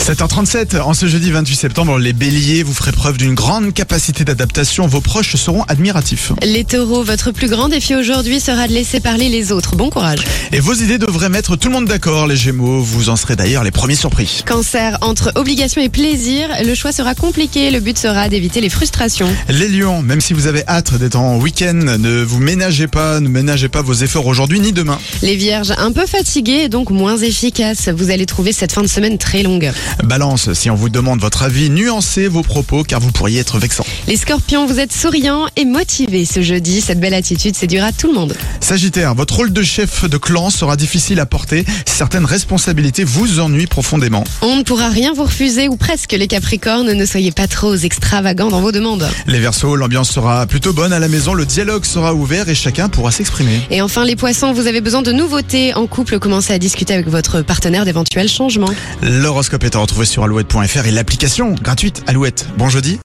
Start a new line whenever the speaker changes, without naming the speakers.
7h37, en ce jeudi 28 septembre, les béliers, vous ferez preuve d'une grande capacité d'adaptation, vos proches seront admiratifs.
Les taureaux, votre plus grand défi aujourd'hui sera de laisser parler les autres. Bon courage.
Et vos idées devraient mettre tout le monde d'accord, les gémeaux, vous en serez d'ailleurs les premiers surpris.
Cancer, entre obligation et plaisir, le choix sera compliqué. Le but sera d'éviter les frustrations.
Les lions, même si vous avez hâte d'être en week-end, ne vous ménagez pas, ne ménagez pas vos efforts aujourd'hui ni demain.
Les vierges, un peu fatigués et donc moins efficaces. Vous allez trouver cette fin de semaine très longue.
Balance, si on vous demande votre avis, nuancez vos propos car vous pourriez être vexant.
Les scorpions, vous êtes souriants et motivés ce jeudi. Cette belle attitude séduira tout le monde.
Sagittaire, votre rôle de chef de clan sera difficile à porter, certaines responsabilités vous ennuient profondément.
On ne pourra rien vous refuser ou presque les capricornes. Ne soyez pas trop extravagants dans vos demandes.
Les Verseaux, l'ambiance sera plutôt bonne à la maison, le dialogue sera ouvert et chacun pourra s'exprimer.
Et enfin les poissons, vous avez besoin de nouveautés. En couple, commencez à discuter avec votre partenaire d'éventuels changements.
L'horoscope est à retrouver sur alouette.fr et l'application gratuite Alouette. Bon jeudi